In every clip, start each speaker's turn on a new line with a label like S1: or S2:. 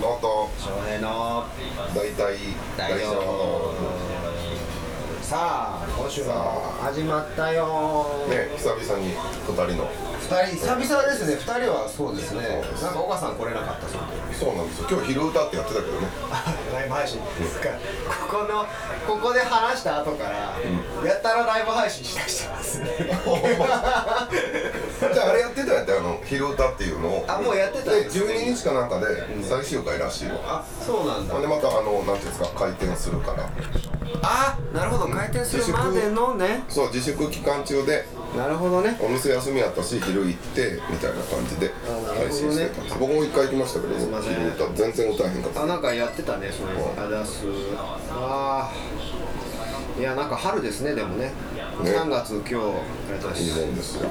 S1: のと
S2: 翔平の
S1: 大体
S2: 大
S1: 大事
S2: 丈
S1: なもの
S2: 夫
S1: を
S2: さあ今週も始まったよ
S1: ね久々に2人の
S2: 二人久々ですね二人はそうですねなんか岡さん来れなかったそうで
S1: そうなんですよ今日昼歌ってやってたけ どね
S2: ライブ配信ですか、ここのここで話した後から、やったらライブ配信しだしたんですね
S1: じゃああれやってたやってあの昼歌っていうのを
S2: あもうやってたん
S1: で
S2: ですね
S1: 12日かなんかで最終回らしいわ
S2: あそうなんだ
S1: ほんでまたあのなんていうんですか回転するから
S2: あなるほど回転するまでのね
S1: そう自粛期間中で
S2: なるほどね
S1: お店休みやったし昼行ってみたいな感じで
S2: あなるほどね
S1: 配信してたんです僕も一回行きましたけど
S2: ません
S1: 昼歌全然歌えへんかった
S2: あなんかやってたねそれあ出すあーいやなんか春ですねでもね
S1: ね
S2: 3月今日あれだ
S1: いい
S2: し
S1: もんですよ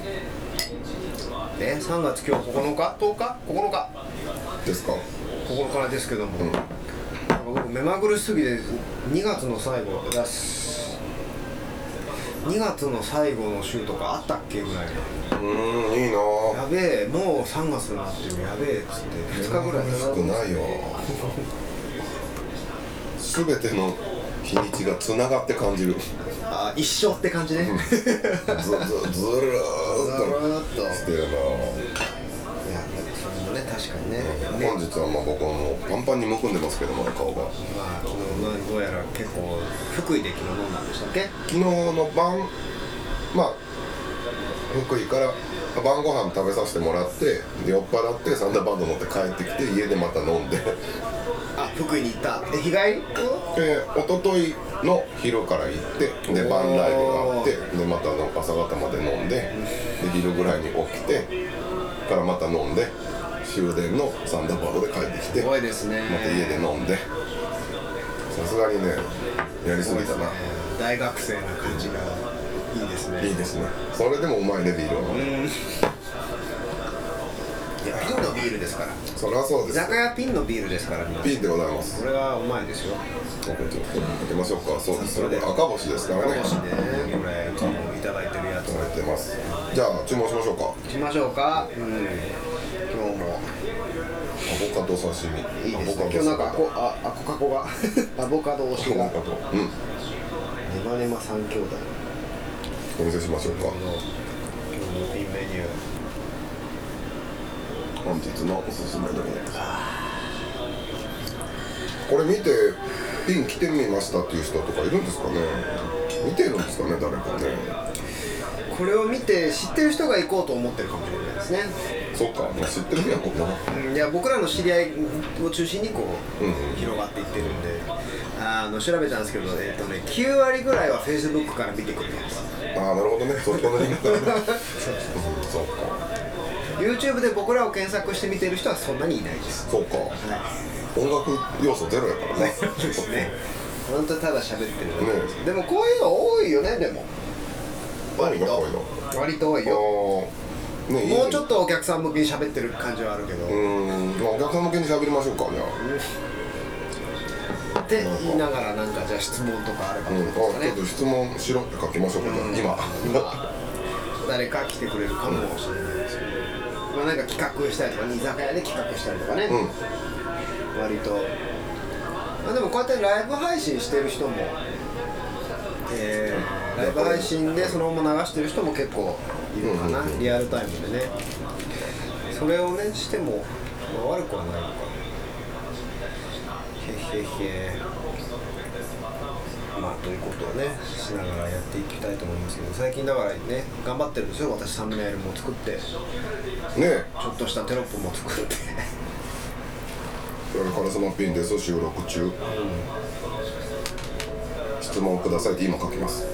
S2: え3月今日9日10日9日
S1: ですか
S2: 9日ですけども、
S1: うん
S2: なんか僕目まぐるしすぎて2月の最後だし2月の最後の週とかあったっけぐらいの
S1: うーんいいなぁ
S2: やべえもう3月だなっていうやべえっつって2日ぐらい
S1: 少ないよ全ての日にちがつながって感じる
S2: あ一生って感じ ね、
S1: ずずずるーっと
S2: ずーっと
S1: してるない
S2: やそれもね確かにね
S1: ぁ
S2: ね
S1: 本日はまあ僕はもうパンパンにむくんでますけども顔が
S2: まあ昨日どうやら結構福井で昨日飲んだんでしたっけ
S1: 昨日の晩まあ福井から晩ご飯食べさせてもらってで酔っ払ってサンダーバンド乗って帰ってきて家でまた飲んで
S2: あ福井に行ったえ日帰り
S1: で一昨日の昼から行ってで晩ライブがあってでまたの朝方まで飲んでで昼ぐらいに起きてからまた飲んで終電のサンダーバードで帰ってきて
S2: す
S1: ま
S2: ごいですね
S1: た家で飲んでさすがにねやりすぎたな
S2: 大学生な感じがいいですね
S1: いいですねそれでもうまいねビールは
S2: いやピンのビールですから
S1: そりゃそう
S2: 居
S1: です
S2: 酒屋ピンのビールですから
S1: ピンでございます
S2: これはうまいですよ
S1: 開けましょうかそうですそれで赤星ですからね
S2: 赤星ねこれいつもいただいてるやつ
S1: 開いてますじゃあ注文しましょうか
S2: しましょうかうん今日も
S1: アボカド刺身
S2: いいです
S1: アボカド
S2: ね今日なん
S1: サ
S2: か
S1: ラダ
S2: こああコカコが アボカド推し
S1: ア
S2: が
S1: ボカドうん
S2: ネバネバ三兄弟
S1: お見せしましょうか
S2: この今日のピンメニュー
S1: 本日のおすすめでございますこれ見てピン来てみましたっていう人とかいるんですかね見てるんですかね誰かね
S2: これを見て知ってる人が行こうと思ってるかもしれないですね
S1: そうかもう知ってるやんこんな
S2: うんいや僕らの知り合いを中心にこう、
S1: うん
S2: 広がっていってるんであの調べたんですけど、えっとね、9割ぐらいは Facebook から見てくれてます
S1: ああなるほどねそっちの言い方ねうんそうか
S2: YouTube で僕らを検索して見てる人はそんなにいないです
S1: そうか
S2: はい
S1: 音楽要素ゼロやからね
S2: そうですね本当ただ喋ってるだけなんです
S1: ね
S2: でもこういうの多いよねでも
S1: 何がこういうの
S2: 割と多いよ
S1: あーね
S2: もうちょ
S1: っ
S2: っとお客さん向けに喋ってる感じはあるけど、
S1: うーんまあお客さん向けに喋りましょうかじゃあ
S2: って言いながらなんかじゃあ質問とかあれば
S1: う、
S2: どうん
S1: あちょ
S2: ですかね
S1: っと質問しろって書きましょうか、じゃあ今
S2: まあ誰か来てくれるかもしれないですけど、まあ、なんか企画したりとか、居酒屋で企画したりとかね、
S1: うん
S2: 割と、まあ、でもこうやってライブ配信してる人も、えーライブ配信でそのまま流してる人も結構いるかな、
S1: うんうんうん
S2: リアルタイムでね、それをね、しても、まあ、悪くはないのかな。へへへまあ、ということをねしながらやっていきたいと思いますけど最近だからね頑張ってるんですよ私サムネイルも作ってちょ
S1: ねえ
S2: っとしたテロップも作って
S1: カラスマピンです収録中、質問くださいって今書きます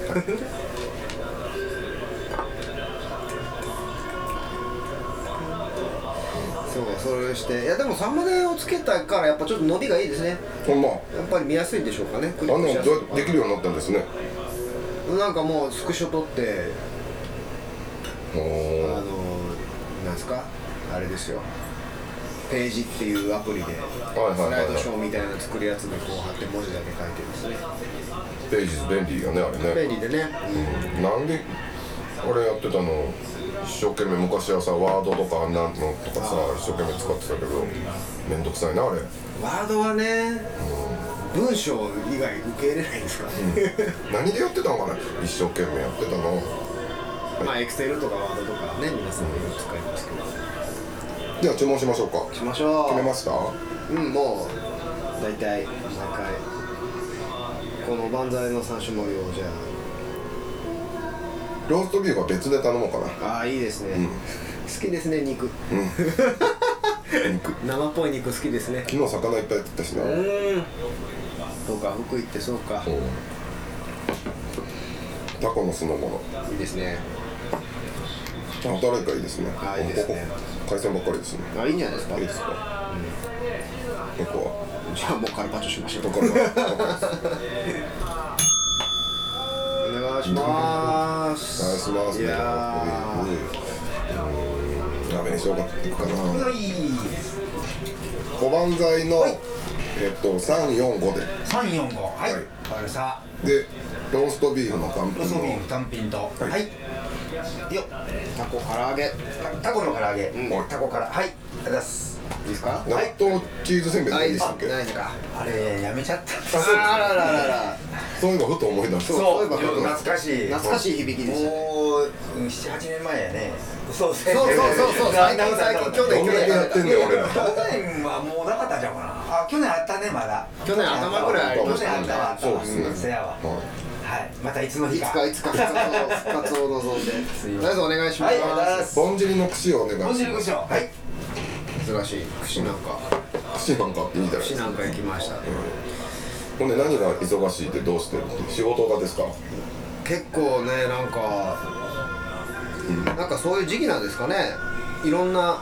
S2: そうそれをしていやでもサムネをつけたからやっぱちょっと伸びがいいですね
S1: ほんま
S2: やっぱり見やすいんでしょうかねク
S1: あ
S2: リッ
S1: ん
S2: ク
S1: な
S2: し
S1: のど
S2: や
S1: う
S2: すい
S1: やってできるようになったんですね
S2: なんかもうスクショ撮って
S1: お
S2: あの
S1: ー
S2: なんですかあれですよページっていうアプリで
S1: いはいはい
S2: スライドショーみたいなの作るやつでこう貼って文字だけ書いてですね
S1: ページズ便利よねあれね
S2: 便利でね
S1: うんなんであれやってたの一生懸命昔はさワードとかあんなのとかさ一生懸命使ってたけどめんどくさいなあれ
S2: ワードはね文章以外受け入れないんですか
S1: 何でやってたのかな一生懸命やってたの
S2: まあエクセルとかワードとかね皆さんよく使いますけど
S1: では注文しましょうか
S2: しましょう
S1: 決めました
S2: うんもう大体毎回この万歳の三種盛りをじゃ
S1: ローストビーフは別で頼もうかな
S2: あああいいですね、好きですね肉
S1: 肉
S2: 生っぽい肉好きですね
S1: 昨日魚いっぱい食ったしな
S2: う
S1: うん
S2: ーんそうか福井ってそうか
S1: タコの酢の物
S2: いいですね
S1: 働いたらいいですね
S2: あいいですね
S1: ここ海鮮ばっかりですね
S2: あいいんじゃないですか
S1: いいですか僕は
S2: じゃあもうカルパッチョしましょう
S1: 僕は
S2: お願いしま
S1: お願いし
S2: す
S1: ます
S2: いやー
S1: うん鍋にしようかいくかな
S2: 345
S1: 小判剤の、えっと345で
S3: はい
S1: はい
S3: バルサ
S1: でローストビーフの完
S3: ロ
S1: 璧
S3: ソビ
S1: の
S3: ーフ単品と
S1: はい
S3: はいよ
S2: タコ唐揚げい
S3: タタコの唐揚げ
S1: ん
S3: タコからはいありがとうございます
S2: いですか
S1: 納豆チーズせんべい
S2: あ
S1: 何
S2: いい
S1: で
S2: で
S1: した
S2: す
S1: っけ
S2: ないのか
S3: あれやめちゃった
S2: あらららら
S1: そういえばふと思い出した
S3: そう
S2: そういえばそうだ
S3: 懐かしい
S2: 懐かしい響きでしたね
S3: もううん78年前やねそうそう
S2: そうそうそうそう最近最近去
S1: ど
S2: 年
S1: ん
S2: 去
S1: だけや
S2: 年
S1: ってんだよ俺ら
S3: 去年はもうなかったんじゃうかなあ去年あったねまだ
S2: 去年頭ぐらいありましたね
S3: 去年あった
S1: そう
S3: わあ
S1: で
S3: ったわ
S1: すね
S3: せやわ
S1: は
S3: はいまたいつの
S2: い
S3: 日
S2: つ
S3: か
S2: かいつか復活を復活を望んで
S3: いません
S2: 大豆お願いしま
S3: はいありがとうございますす
S1: ぼんじりの串をお願いしま
S3: お
S1: す
S3: 汁こしょうはい
S2: 珍しい串なんか
S1: 串なんかっていいじゃないで
S2: 串
S1: すか
S2: なんか行きました
S1: ほんで何が忙しいってどうしてるって仕事がですか
S2: 結構ねなんかなんかそういう時期なんですかねいろんな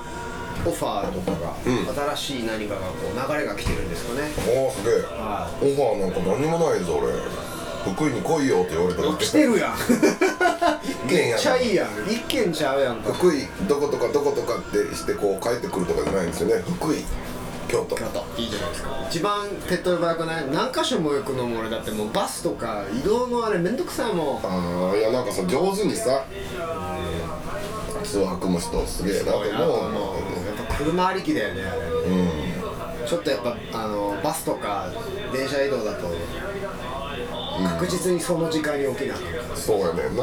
S2: オファーとかが、新しい何かがこう流れが来てるんですかね
S1: おおすげえオファーなんか何もないぞ俺福井に来いよって言われたら
S2: 来てるや ん
S1: 一軒
S2: め
S1: や
S2: っちゃいいやん一軒ちゃうやんか
S1: 福井どことかどことかってしてこう帰ってくるとかじゃないんですよね福井京都
S2: いいじゃないですか一番手っ取り早くない何箇所も行くのも俺だってもうバスとか移動のあれめんどくさいもん
S1: ああいやなんかさ上手にさツアー組む人すげえなと思う
S2: もうやっぱ車ありきだよねあれ
S1: うん
S2: ちょっとやっぱあのバスとか電車移動だと確実にその時間に起きなくて
S1: そうやねんな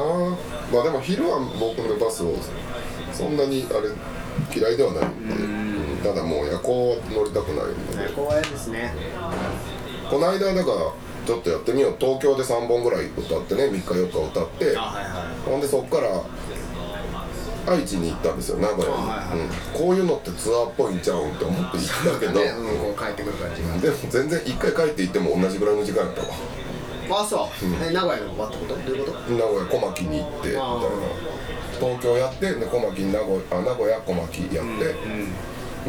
S1: まあでも昼は僕のバスをそんなにあれ嫌いではないんでうんただもう夜行は乗りたくないんで
S2: ね怖いですね
S1: この間だからちょっとやってみよう東京で3本ぐらい歌ってね3日4日歌って
S2: はいは
S1: ほんでそっから愛知に行ったんですよ名古屋に、
S2: あはいはい
S1: うんこういうのってツアーっぽいんちゃうんって思って行ったけど、
S2: ね、うん、こう帰ってくる感じが
S1: でも全然1回帰って行っても同じぐらいの時間やったわ
S2: あそう、え名古屋の場ってことどういうこと
S1: 名古屋小牧に行ってみたいな
S2: あ
S1: 東京やってで小牧名古屋あ名古屋小牧やって、で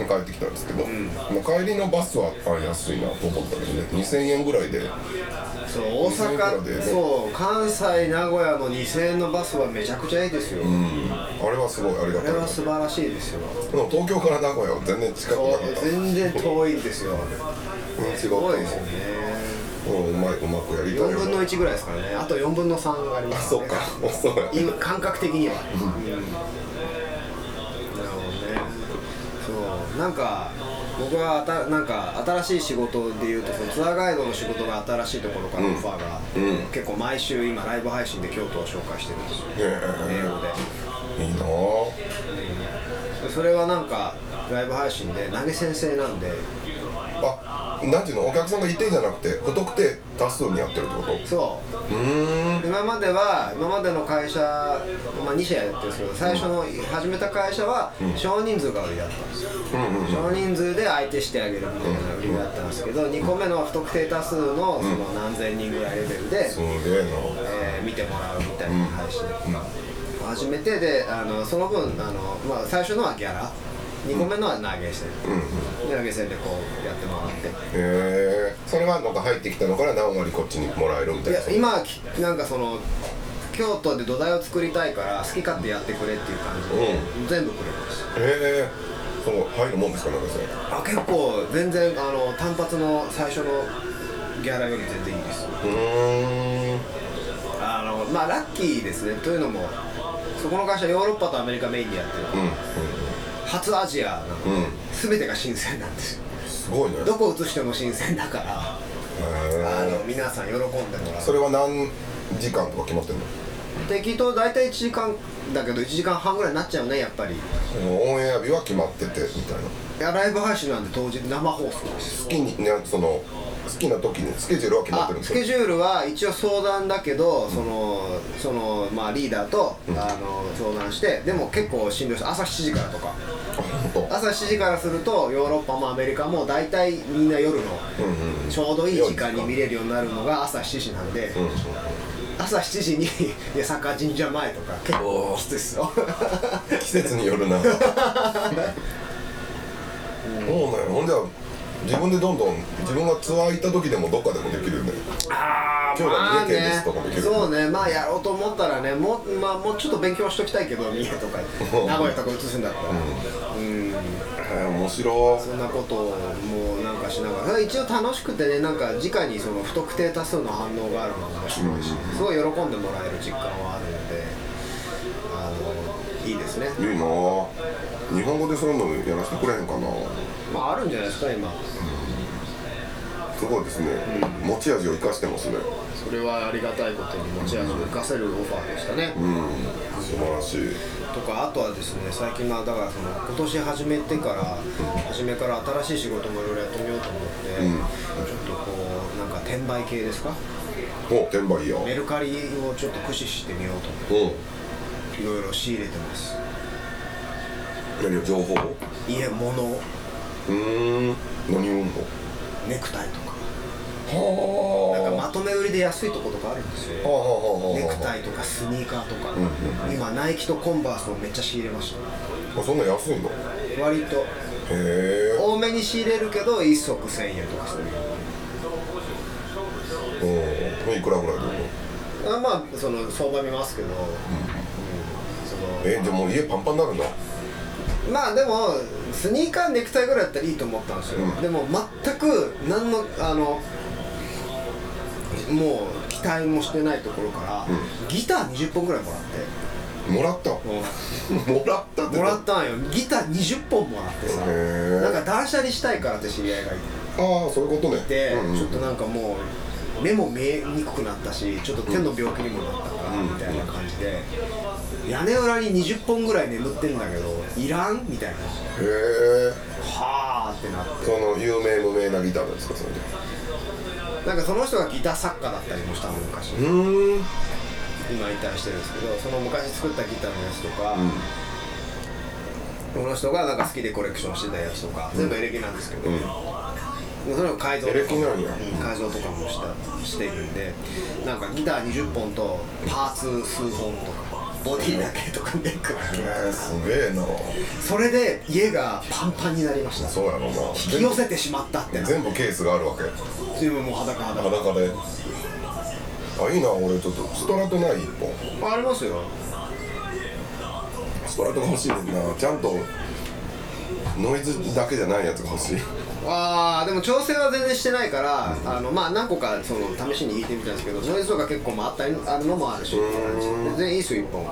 S1: 帰ってきたんですけど、もう帰りのバスはあ安いなと思ったけどね2000円ぐらいで
S2: そう大
S1: 2000ぐらい
S2: 阪
S1: で
S2: そう関西名古屋の2000円のバスはめちゃくちゃいいですよ、
S1: あれはすごいありが
S2: こ
S1: た
S2: れ
S1: いな
S2: は素晴らしいですよ
S1: でも東京から名古屋は全然近くなかったうん
S2: 全然遠いんですよ
S1: 違う
S2: すごいですよね
S1: うんうまいうまくやりたい
S2: 4分の
S1: よ
S2: 1ぐらいですからねあと4分の3がありま
S1: あ
S2: す、ね、
S1: そうかそうや
S2: 今感覚的には、うんなるほどねそうなんか僕はあたなんか新しい仕事でいうとそのツアーガイドの仕事が新しいところからオファーが、
S1: うん
S2: 結構毎週今ライブ配信で京都を紹介してるんですよ英
S1: ね
S2: 語で
S1: えいいなあ
S2: それはなんかライブ配信で投げ先生なんで
S1: あなんていうのお客さんがいてじゃなくて不特定多数にやってるってこと
S2: そう
S1: うーん
S2: 今までは今までの会社、まあ、2社やってるんですけど最初の始めた会社は少人数が売りだったんですよ、少人数で相手してあげるみたいな売りだったんですけど2個目のは不特定多数のその何千人ぐらいレベルで、
S1: すげえな
S2: えー見てもらうみたいな配信を始めてであのその分あの、まあ、最初のはギャラ2個目のは投げ銭、で投げ銭でこうやってもらって。
S1: へえそれはなんか入ってきたのから何割こっちにもらえるみた
S2: い
S1: いな
S2: や今きなんかその京都で土台を作りたいから好き勝手やってくれっていう感じで、全部くれます
S1: へえそう入るもんですかなんかそれ
S2: あ結構全然あの単発の最初のギャラより全然いいです
S1: うーん
S2: あのまあラッキーですねというのもそこの会社ヨーロッパとアメリカメインでやってる
S1: うんうん
S2: 初アジアなので、
S1: うん
S2: 全てが新鮮なんですよ
S1: すごいね
S2: どこ移しても新鮮だからあの皆さん喜んでもらう
S1: それは何時間とか決まってんの
S2: 適当大体1時間だけど1時間半ぐらいになっちゃうねやっぱり
S1: オンエア日は決まっててみたいない
S2: やライブ配信なんで当日生放送です
S1: 好きにねその好きな時にスケジュールは決まっ
S2: あ
S1: てるんです
S2: スケ
S1: よ
S2: ジュールは一応相談だけど、そのその、まあ、リーダーと、あの相談してでも結構しんどいです朝7時からとか
S1: あ本
S2: 朝7時からするとヨーロッパもアメリカも大体みんな夜の
S1: 当うんうん
S2: ちょうどいい時間に見れるようになるのが朝7時なんで、
S1: うん
S2: 朝7時に 八坂神社前とか結構きついっすよ
S1: 季節によるなそうねほんじゃ自分でどんどん自分がツアー行った時でもどっかでもできるよねー
S2: あ
S1: まあね
S2: そうねまあやろうと思ったらねも,、まあ、もうちょっと勉強しときたいけど三重とか 名古屋とか移すんだったらうん
S1: えー、面白
S2: そんなことをもうなんかしながら一応楽しくてねなんか直にその不特定多数の反応があるのが面白いし、すごい喜んでもらえる実感はあるのであのいいですね
S1: いいいなぁ日本語でそういうのやらせてくれへんかな
S2: まああるんじゃないですか今
S1: すごいですね、持ち味を生かしてますね
S2: それはありがたいことに持ち味を生かせるオファーでしたね、
S1: うん素晴らしい
S2: とかあとはですね最近はだからその今年始めてから初めから新しい仕事もいろいろやってみようと思って、
S1: うん
S2: ちょっとこうなんか転売系ですか
S1: お転売いいよ
S2: メルカリをちょっと駆使してみようと思っ
S1: うん
S2: ていろいろ仕入れてます
S1: 何を情報を
S2: 家物
S1: うーん何を売んの
S2: ネクタイとか
S1: は
S2: なんかまとめ売りで安いとことかあるんです
S1: あ
S2: よ
S1: はあはあはあ
S2: ネクタイとかスニーカーとか、今ナイキとコンバースをめっちゃ仕入れまし
S1: あそんな安いのへ
S2: た割と
S1: え
S2: 多めに仕入れるけど1足1000円とかする
S1: うんいくらぐらいで売るの
S2: あまあその相場見ますけど、うんその
S1: えじゃあもう家パンパンになるんだ
S2: まあでもスニーカーネクタイぐらいだったらいいと思ったんですよ、
S1: うん
S2: でも全く何のあのもう期待もしてないところから、ギター20本ぐらいもらって
S1: もらった
S2: も
S1: もらったって
S2: うもらったんよギター20本もらってさ
S1: へー
S2: なんか断捨離したいからって知り合いがい
S1: ああそういうことね
S2: て、
S1: うんうん
S2: ちょっとなんかもう目も見えにくくなったしちょっと手の病気にもなったから、みたいな感じで屋根裏に20本ぐらい眠ってんだけどいらんみたいな
S1: へえ
S2: はあってなって。
S1: その有名無名なギターなんですかそれで
S2: なんかその人がギター作家だったりもしたの昔
S1: うーん
S2: 今引退してるんですけどその昔作ったギターのやつとか、この人がなんか好きでコレクションしてたやつとか、全部エレキなんですけど、
S1: ん
S2: もうそれを改造とか
S1: エレキなんや
S2: うん改造とかもしたしているんでなんかギター20本とパーツ数本とかボディだけとかネックだけ
S1: えー、すげえな
S2: それで家がパンパンになりました
S1: そうやろな
S2: 引き寄せてしまったってな
S1: 全部ケースがあるわけ
S2: 自分もう裸裸
S1: 裸であいいな俺ちょっとストラトない一本
S2: ありますよ
S1: ストラトが欲しいねんなちゃんとノイズだけじゃないやつが欲しい
S2: ああでも調整は全然してないから、あのまあ何個かその試しに弾いてみたんですけどノイズとか結構もあったりあるのもあるし全然いいっすよ1本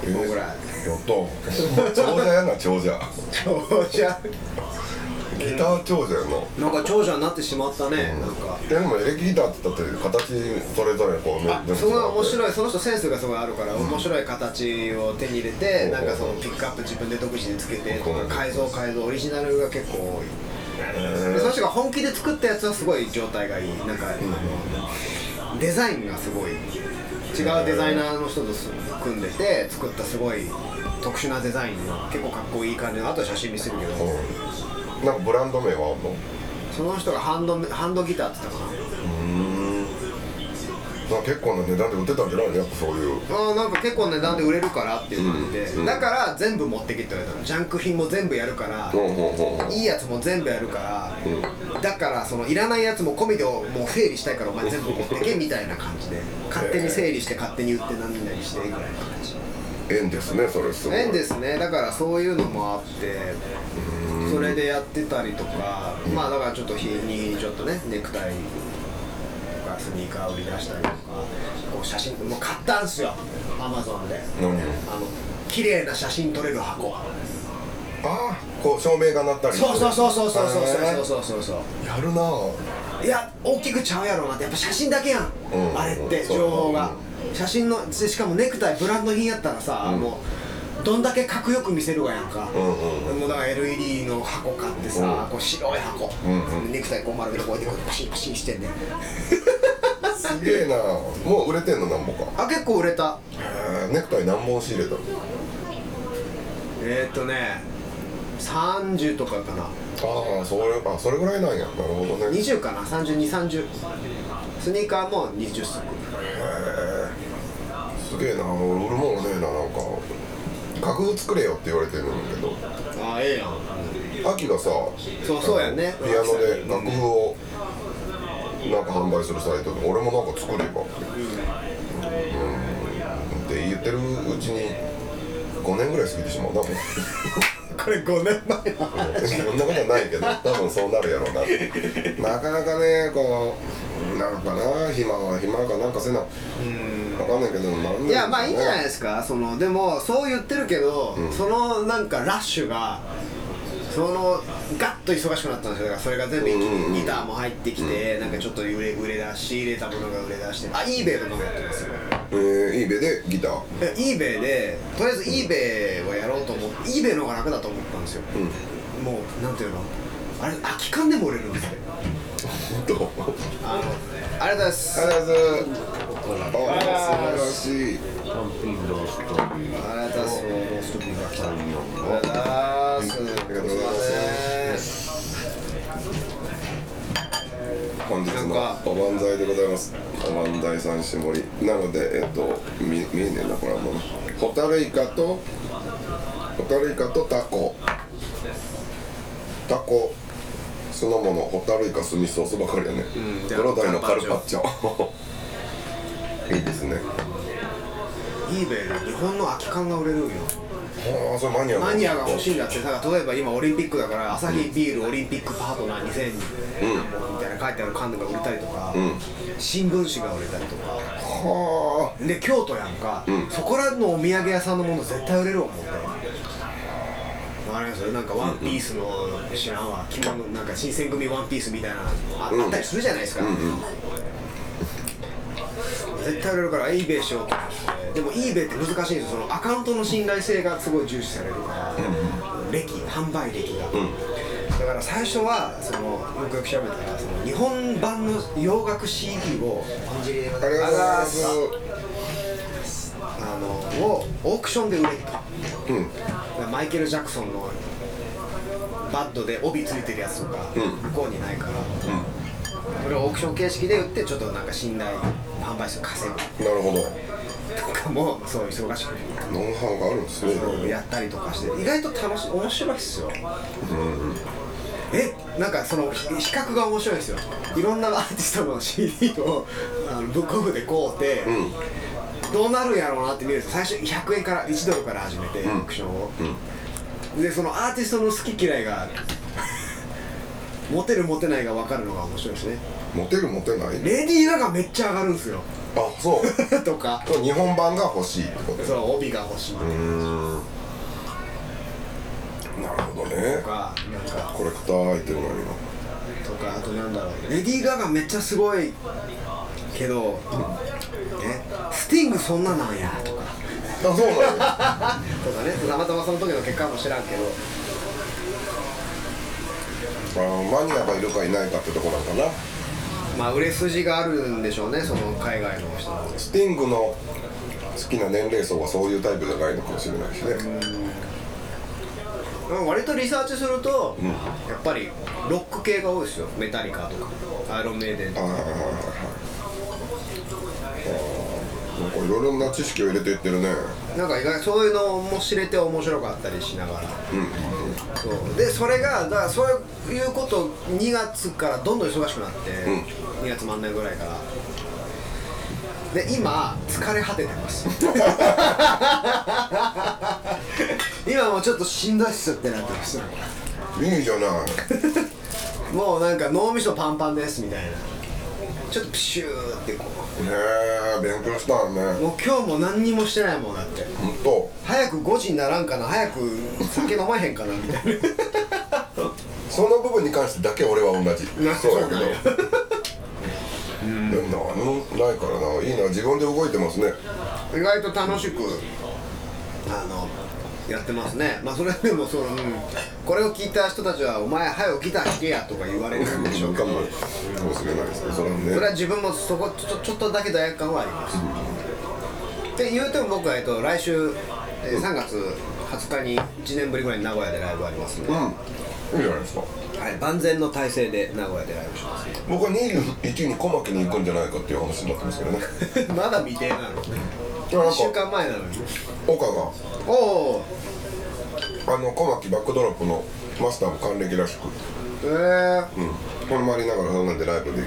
S2: 1本ぐらい
S1: えーやった長者やな長者
S2: 長者
S1: ギター長者やな
S2: なんか長者になってしまったね、なんか
S1: いやでもエレキギターって言ったって形それぞれこうね
S2: あすごい面
S1: い
S2: 白いその人センスがすごいあるから面白い形を手に入れてなんかそのピックアップ自分で独自につけてとか改造改造オリジナルが結構多いでその人が本気で作ったやつはすごい状態がいいなんか、あのデザインがすごい違うデザイナーの人とす組んでて作ったすごい特殊なデザインの結構かっこいい感じのあとは写真見せるけど、
S1: なんかブランド名はあんの
S2: その人がハンドハンドギターって言ったか
S1: なんか結構な値段で売ってたんじゃないのやっぱそういう
S2: なあーなんか結構値段で売れるからって言ってて、だから全部持ってきて言われたのジャンク品も全部やるから、
S1: ほうほうほうほう
S2: いいやつも全部やるから、だからそのいらないやつも込みでもう整理したいからお前全部持ってけみたいな感じで勝手に整理して勝手に売って何々してぐらいの感じ
S1: 縁ですねそれすごい
S2: 縁ですねだからそういうのもあってそれでやってたりとかまあだからちょっと日に日にちょっとねネクタイとかからスニーカー売り出したりとかこう写真もう買ったんすよアマゾンで、
S1: うんうん
S2: あの綺麗な写真撮れる箱
S1: ああこう照明が鳴ったり
S2: そうそうそうそうそうそう
S1: へー
S2: そうそうそうそう
S1: やるなぁ
S2: いや大きくちゃうやろうなってやっぱ写真だけやん、
S1: うん
S2: あれって
S1: そう
S2: 情報が、写真のししかもネクタイブランド品やったらさ、もうどんだけかっこよく見せるわやんか、
S1: うんうん
S2: もうだから LED の箱買ってさ、
S1: うん
S2: こう白い箱、
S1: ん
S2: ネクタイこう丸めてこうやってこうパシンパシンしてんねん
S1: すげえなぁもう売れてんの何本か
S2: あ結構売れた
S1: へえネクタイ何本仕入れたの
S2: えー、っとね30とかかな
S1: ああそれあそれぐらいなんやなるほどねへ
S2: 20かな3230スニーカーも20足
S1: えすげえなぁ俺売るもんねえななんか楽譜作れよって言われてるんだけど
S2: ああええやん
S1: 秋がさ
S2: そうそうやね
S1: あのピアノで楽譜をなんか販売するサイトで俺もなんか作ればってうんって言ってるうちに5年ぐらい過ぎてしまうなもう
S2: これ5年前の
S1: そんなことはないけど多分そうなるやろうななかなかねこうなんかな暇は暇かなんかせな分かんないけどなん
S2: いやまあいいんじゃないですすかそのでもそう言ってるけど、そのなんかラッシュがそのガッと忙しくなったんですよだからそれが全部一気
S1: うんうんうん
S2: にギターも入ってきて、なんかちょっと売れ売れ出し入れたものが売れ出してあ eBay とかもやってますよ
S1: えー、イーベでギター
S2: え eBay でとりあえず eBay はやろうと思って eBay の方が楽だと思ったんですよ、もうなんていうのあれ空き缶でも売れるんですよ
S1: どうも
S2: あのありがとうございます
S1: ありがとうございますあ
S2: あ
S1: 素晴らしい
S4: キャンピングローストビー
S2: ありがとうございますもう一組が来たあり
S4: ン
S2: がとうございます
S1: ありがとうございます
S2: ます
S1: 本日
S2: なん
S1: の
S2: か
S1: おばんざいでございますおばんざい三種盛りなのでえっと見見えねえなこれはもうホタルイカとホタルイカとタコタコ酢の物ホタルイカ酢味ソースばかりやね、
S2: うん
S1: ドロダイのカルパッチョいいですね
S2: eBay で日本の空き缶が売れるんよ
S1: ああそれマニア
S2: マニアが欲しいん
S1: な
S2: だってだから例えば今オリンピックだからアサヒビールオリンピックパートナー2000みたいな書いてある缶が売れたりとか、新聞紙が売れたりとか
S1: は
S2: で京都やんか、そこらのお土産屋さんのもの絶対売れる思ってあれですよなんかワンピースの知らんわ着物なんか新選組ワンピースみたいなのああったりするじゃないですか、絶対売れるから eBay しようと思ってでも eBay って難しいんですよそのアカウントの信頼性がすごい重視されるから、歴販売歴が、だから最初はそのよくよく調べたらその日本版の洋楽 CD を
S1: あありがとうございます
S3: eh,
S2: あのをオークションで売れると、マイケル・ジャクソンのバッドで帯ついてるやつとか向こうにないから、それをオークション形式で売ってちょっとなんか信頼販売数稼ぐ
S1: なるほど
S2: とかもそう忙し
S1: ノンハンがあるんですね
S2: くやったりとかして意外と楽しい面白いっすよ、えなんかその比比較が面白いですよいろんなアーティストの CD をあのブックオフで買うて、どうなるんやろうなって見ると最初100円から1ドルから始めて、オークションを、でそのアーティストの好き嫌いがモテるモテないが分かるのが面白いですね
S1: モテるモテない
S2: レディー・ガガめっちゃ上がるんですよ
S1: あそう
S2: とか
S1: これ日本版が欲しいってことです
S2: そう帯が欲しいと
S1: なるほどね
S2: かなんか
S1: コレクターアイテムなのよ
S2: とかあとなんだろうレディー・ガガめっちゃすごいけど、ね、スティングそんななんやとか
S1: あそうなの よ
S2: とかねたまたまその時の結果も知らんけど
S1: あーマニアがいるかいないかってとこなんかな
S2: まあ売れ筋があるんでしょうねその海外の人の
S1: スティングの好きな年齢層はそういうタイプじゃないのかもしれないしね
S2: うん割とリサーチすると、やっぱりロック系が多いですよメタリカとかアイロンメイデンと
S1: あー
S2: か
S1: はいはいはいはいあーなんかいろいろな知識を入れていってるね
S2: なんか意外そういうのも知れて面白かったりしながら、そうでそれがだからそういうこと2月からどんどん忙しくなって、2月真ん中ぐらいからで今疲れ果ててます 今もうちょっとしんどいっすってなってます
S1: いいじゃない
S2: もうなんか脳みそパンパンですみたいなちょっとプシューってこう
S1: ねえ勉強したんね
S2: もう今日も何にもしてないもんだって
S1: ほんと
S2: 早く5時にならんかな早く酒飲まへんかなみたい
S1: その部分に関してだけ俺は同じ
S2: な
S1: そうだけどでも何もないからないいな自分で動いてますね
S2: 意外と楽しくあのやってますねまあそれでもその、うんこれを聞いた人たちは「お前早くギター弾けや」とか言われるんでしょうけ
S1: か
S2: ど
S1: もかもしれないですねそれはね
S2: それは自分もそこちょちょっとだけ罪悪感はあります、で言うても僕は、えっと、来週、えー3月20日に1年ぶりぐらいに名古屋でライブありますね、
S1: うんいいじゃないですか
S2: はい、万全の体制で名古屋でライブします
S1: 僕は21に小牧に行くんじゃないかっていう話になってますけどね
S2: まだ未定なの
S1: な
S2: 1
S1: ん
S2: 週
S1: か
S2: 間前なのに
S1: 岡
S2: おお
S1: があの小牧バックドロップのマスターも還暦らしく
S2: えー、
S1: うん、これ回りながらそんなんでライブで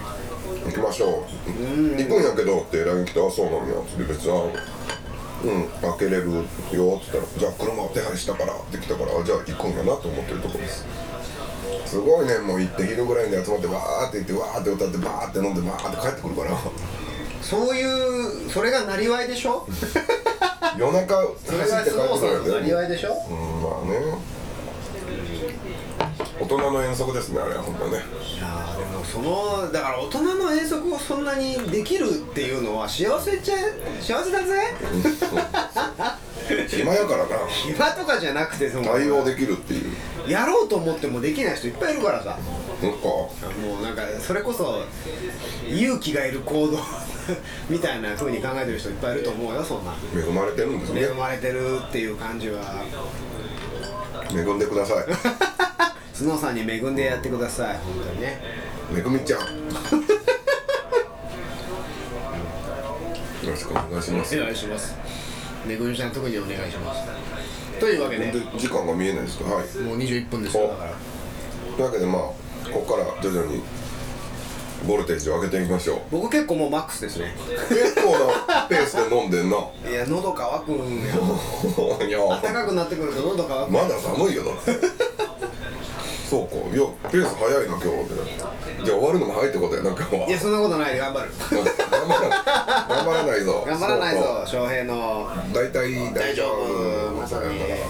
S1: 行きましょう、行くんやけどって LINE 来て「あそうなんや」って別に「あうん開けれるよ」って言ったら「じゃあ車お手配したから」って来たからあ「じゃあ行くんやな」と思ってるとこですすごいねもう行って昼ぐらいに集まってわーって行ってわーって歌ってバーって飲んでバーって帰ってくるから
S2: そういうそれがなりわいでしょ
S1: 夜中
S2: それ
S1: 走っ
S2: が
S1: て帰っ
S2: ス
S1: て
S2: ノ
S1: く
S2: ーさん
S1: る
S2: のなり
S1: よ
S2: わ
S1: ね
S2: いでしょ
S1: うんまあね大人の遠足ですねあれは本当ね
S2: いやーでもそのだから大人の遠足をそんなにできるっていうのは幸せっちゃ幸せだぜ
S1: 暇やからな
S2: 暇とかじゃなくてその
S1: 対応できるっていう
S2: やろうと思ってもできない人いっぱいいるからさ
S1: なんか
S2: もうなんかそれこそ勇気がいる行動 みたいな風に考えてる人いっぱいいると思うよそんな
S1: 恵まれてるんですね
S2: 恵まれてるっていう感じは
S1: 恵んでください
S2: スノーさんに恵んでやってください本当にね
S1: めぐみちゃんよろしくお願いします
S2: お願いしますめぐみちゃん特にお願いしますというわけで
S1: 本当に時間が見えないですけどはい
S2: もう21分ですよだから
S1: というわけでまあここから徐々にボルテージを上げていきましょう
S2: 僕結構もうマックスですね
S1: 結構なペースで飲んでんな
S2: いや喉乾くんよ
S1: いや
S2: 暖かくなってくると喉乾く
S1: まだ寒いよなそうかいやペース早いな今日ってじゃあ終わるのも早いってことやな今日はい
S2: やそんなことないで頑張る
S1: 頑張らない頑張らないぞ
S2: 頑張らない
S1: そうか
S2: ぞ翔平の
S1: 大体大
S2: 大丈夫まさに
S1: だから